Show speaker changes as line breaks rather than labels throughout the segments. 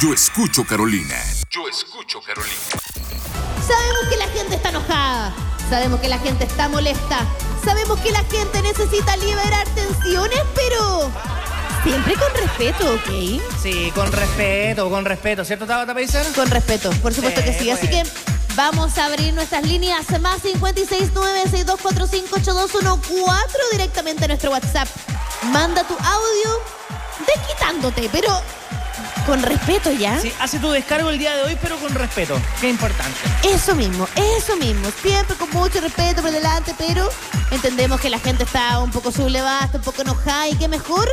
Yo escucho Carolina. Yo escucho Carolina.
Sabemos que la gente está enojada. Sabemos que la gente está molesta. Sabemos que la gente necesita liberar tensiones, pero siempre con respeto, ¿ok?
Sí, con respeto, con respeto. ¿Cierto, Tabata Paisana?
Con respeto, por supuesto
Sí,
que sí. Así que
bueno.
vamos a abrir nuestras líneas más 569-6245-8214 directamente a nuestro WhatsApp. Manda tu audio desquitándote, pero con respeto ya.
Sí, hace tu descargo el día de hoy, pero con respeto. Qué importante.
Eso mismo, eso mismo. Siempre con mucho respeto por delante, pero entendemos que la gente está un poco sublevada, está un poco enojada y qué mejor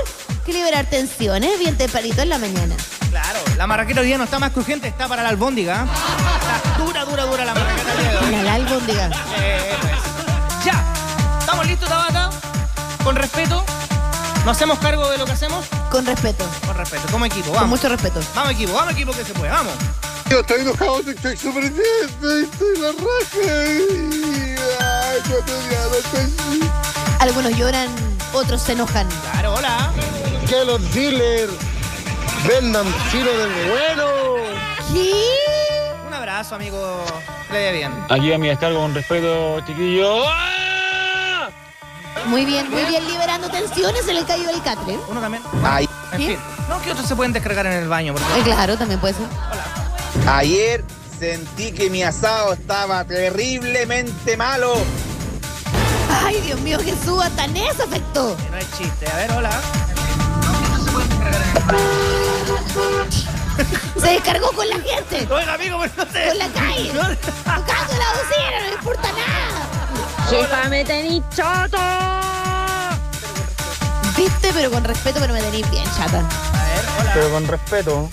que liberar tensiones bien tempranito en la mañana.
Claro, la marraqueta hoy día no está más crujiente, está para la albóndiga. Está dura, dura, dura la marraqueta el día de hoy.
La albóndiga.
Eh, pues. Ya, ¿estamos listos, Tabata? Con respeto. ¿Nos hacemos cargo de lo que hacemos?
Con respeto,
Con respeto, como equipo,
con
vamos.
mucho respeto.
Vamos equipo, vamos equipo que se puede, vamos.
Yo estoy enojado, estoy sorprendente, estoy la raja. y- Ay, yo estoy odiado, estoy-
Algunos lloran, otros se enojan.
Claro, hola.
Que los dealers vendan chino del bueno.
¿Qué?
Un abrazo, amigo. Que Le dé bien.
Aquí a mi descargo con respeto, Pues, chiquillo. ¡Ah!
Muy bien, muy bien, liberando tensiones se le cayó el catre.
Uno también.
Ay.
En
¿Sí?
fin. No, que otros se pueden descargar en el baño, porque
Eh, claro, también puede ser.
Ayer sentí que mi asado estaba terriblemente malo.
Ay, Dios mío, Jesús, hasta en eso afectó.
no es chiste. A ver, hola.
Se descargó con la gente,
Oiga, amigo, pero no te.
con la calle,
No-
tocando la bocina, no le importa nada.
me tenéis choto!
Viste, pero con respeto, pero me tenéis bien, chata.
A ver, hola.
Pero con respeto.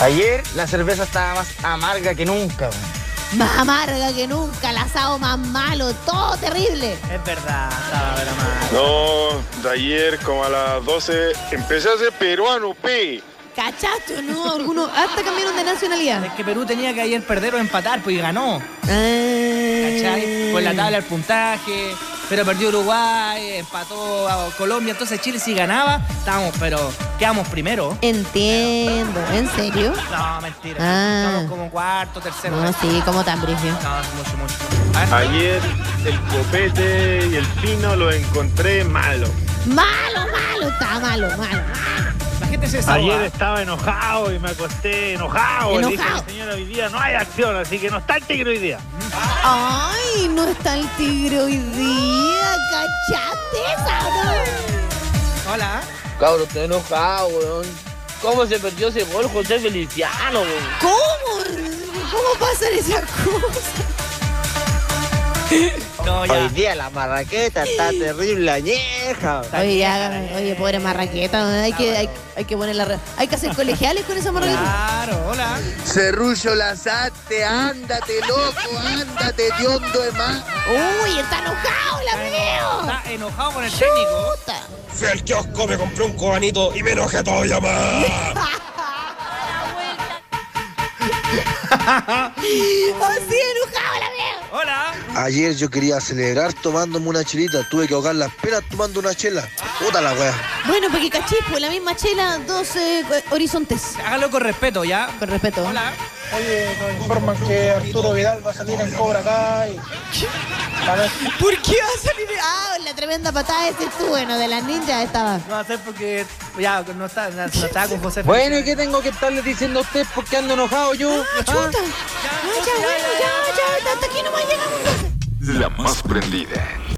Ayer la cerveza estaba más amarga que nunca. weón.
Más amarga que nunca, el asado más malo, todo terrible.
Es verdad, estaba de la madre.
No, de ayer como a las 12 empecé a ser peruano, pe.
Cachacho, ¿no? Algunos hasta cambiaron de
Es
nacionalidad.
que Perú tenía que ayer perder o empatar, pues y ganó. ¿Cachai?
Ah. ¿Cachai?
Con la tabla el puntaje. Pero perdió Uruguay, empató a Colombia. Entonces Chile sí ganaba. Estábamos, pero quedamos primero.
Entiendo, ¿en serio?
No, mentira.
Ah.
Estamos como cuarto, tercero.
No, sí, como tan brigio.
No, mucho, mucho. A ver.
Ayer el copete y el pino lo encontré malo.
Malo, malo, está malo, malo.
La gente se desahoga.
estaba enojado y me acosté enojado.
Le dije, Enojado.
señora, hoy día no hay acción, así que no está el tigre hoy día.
Ay, no está el tigre hoy día, cachate esa,
Hola.
Cabro, estoy enojado, weón. ¿Cómo se perdió ese gol José Feliciano, weón?
¿no? ¿Cómo? ¿Cómo pasan esas cosas?
No,
Hoy
ya.
día la marraqueta está terrible añeja.
Oye, hágame, oye, pobre marraqueta, ¿no? hay que, hay, hay que poner la re- hay que hacer colegiales con esa
Ah.
marraqueta.
Claro, hola.
Cerrullo lazate, ándate loco, ándate, diondo de más.
Uy, está enojado la veo.
Está enojado con el técnico.
Puta.
Fui al kiosco, me compré un cubanito y me enojé todavía más.
Así Oh, enojado la veo.
Hola.
Ayer yo quería celebrar tomándome una chelita, tuve que ahogar las penas tomando una chela. Puta la wea.
Bueno, porque cachispo, la misma chela, dos eh, horizontes.
Hágalo con respeto, ¿ya?
Con respeto.
Hola.
Oye, nos informan que Arturo Vidal va a salir en Cobra Kai.
¿Por qué va a salir? Ah, la tremenda patada ese tú, bueno, de las ninjas estaba.
No va a ser porque ya no está, no, no está con José.
Bueno, ¿y qué tengo que estarles diciendo a ustedes porque ando enojado yo?
Chuta.
¿Ah?
No, ya, bueno, ya, ya, hasta aquí nomás llegamos. entonces.
La más prendida.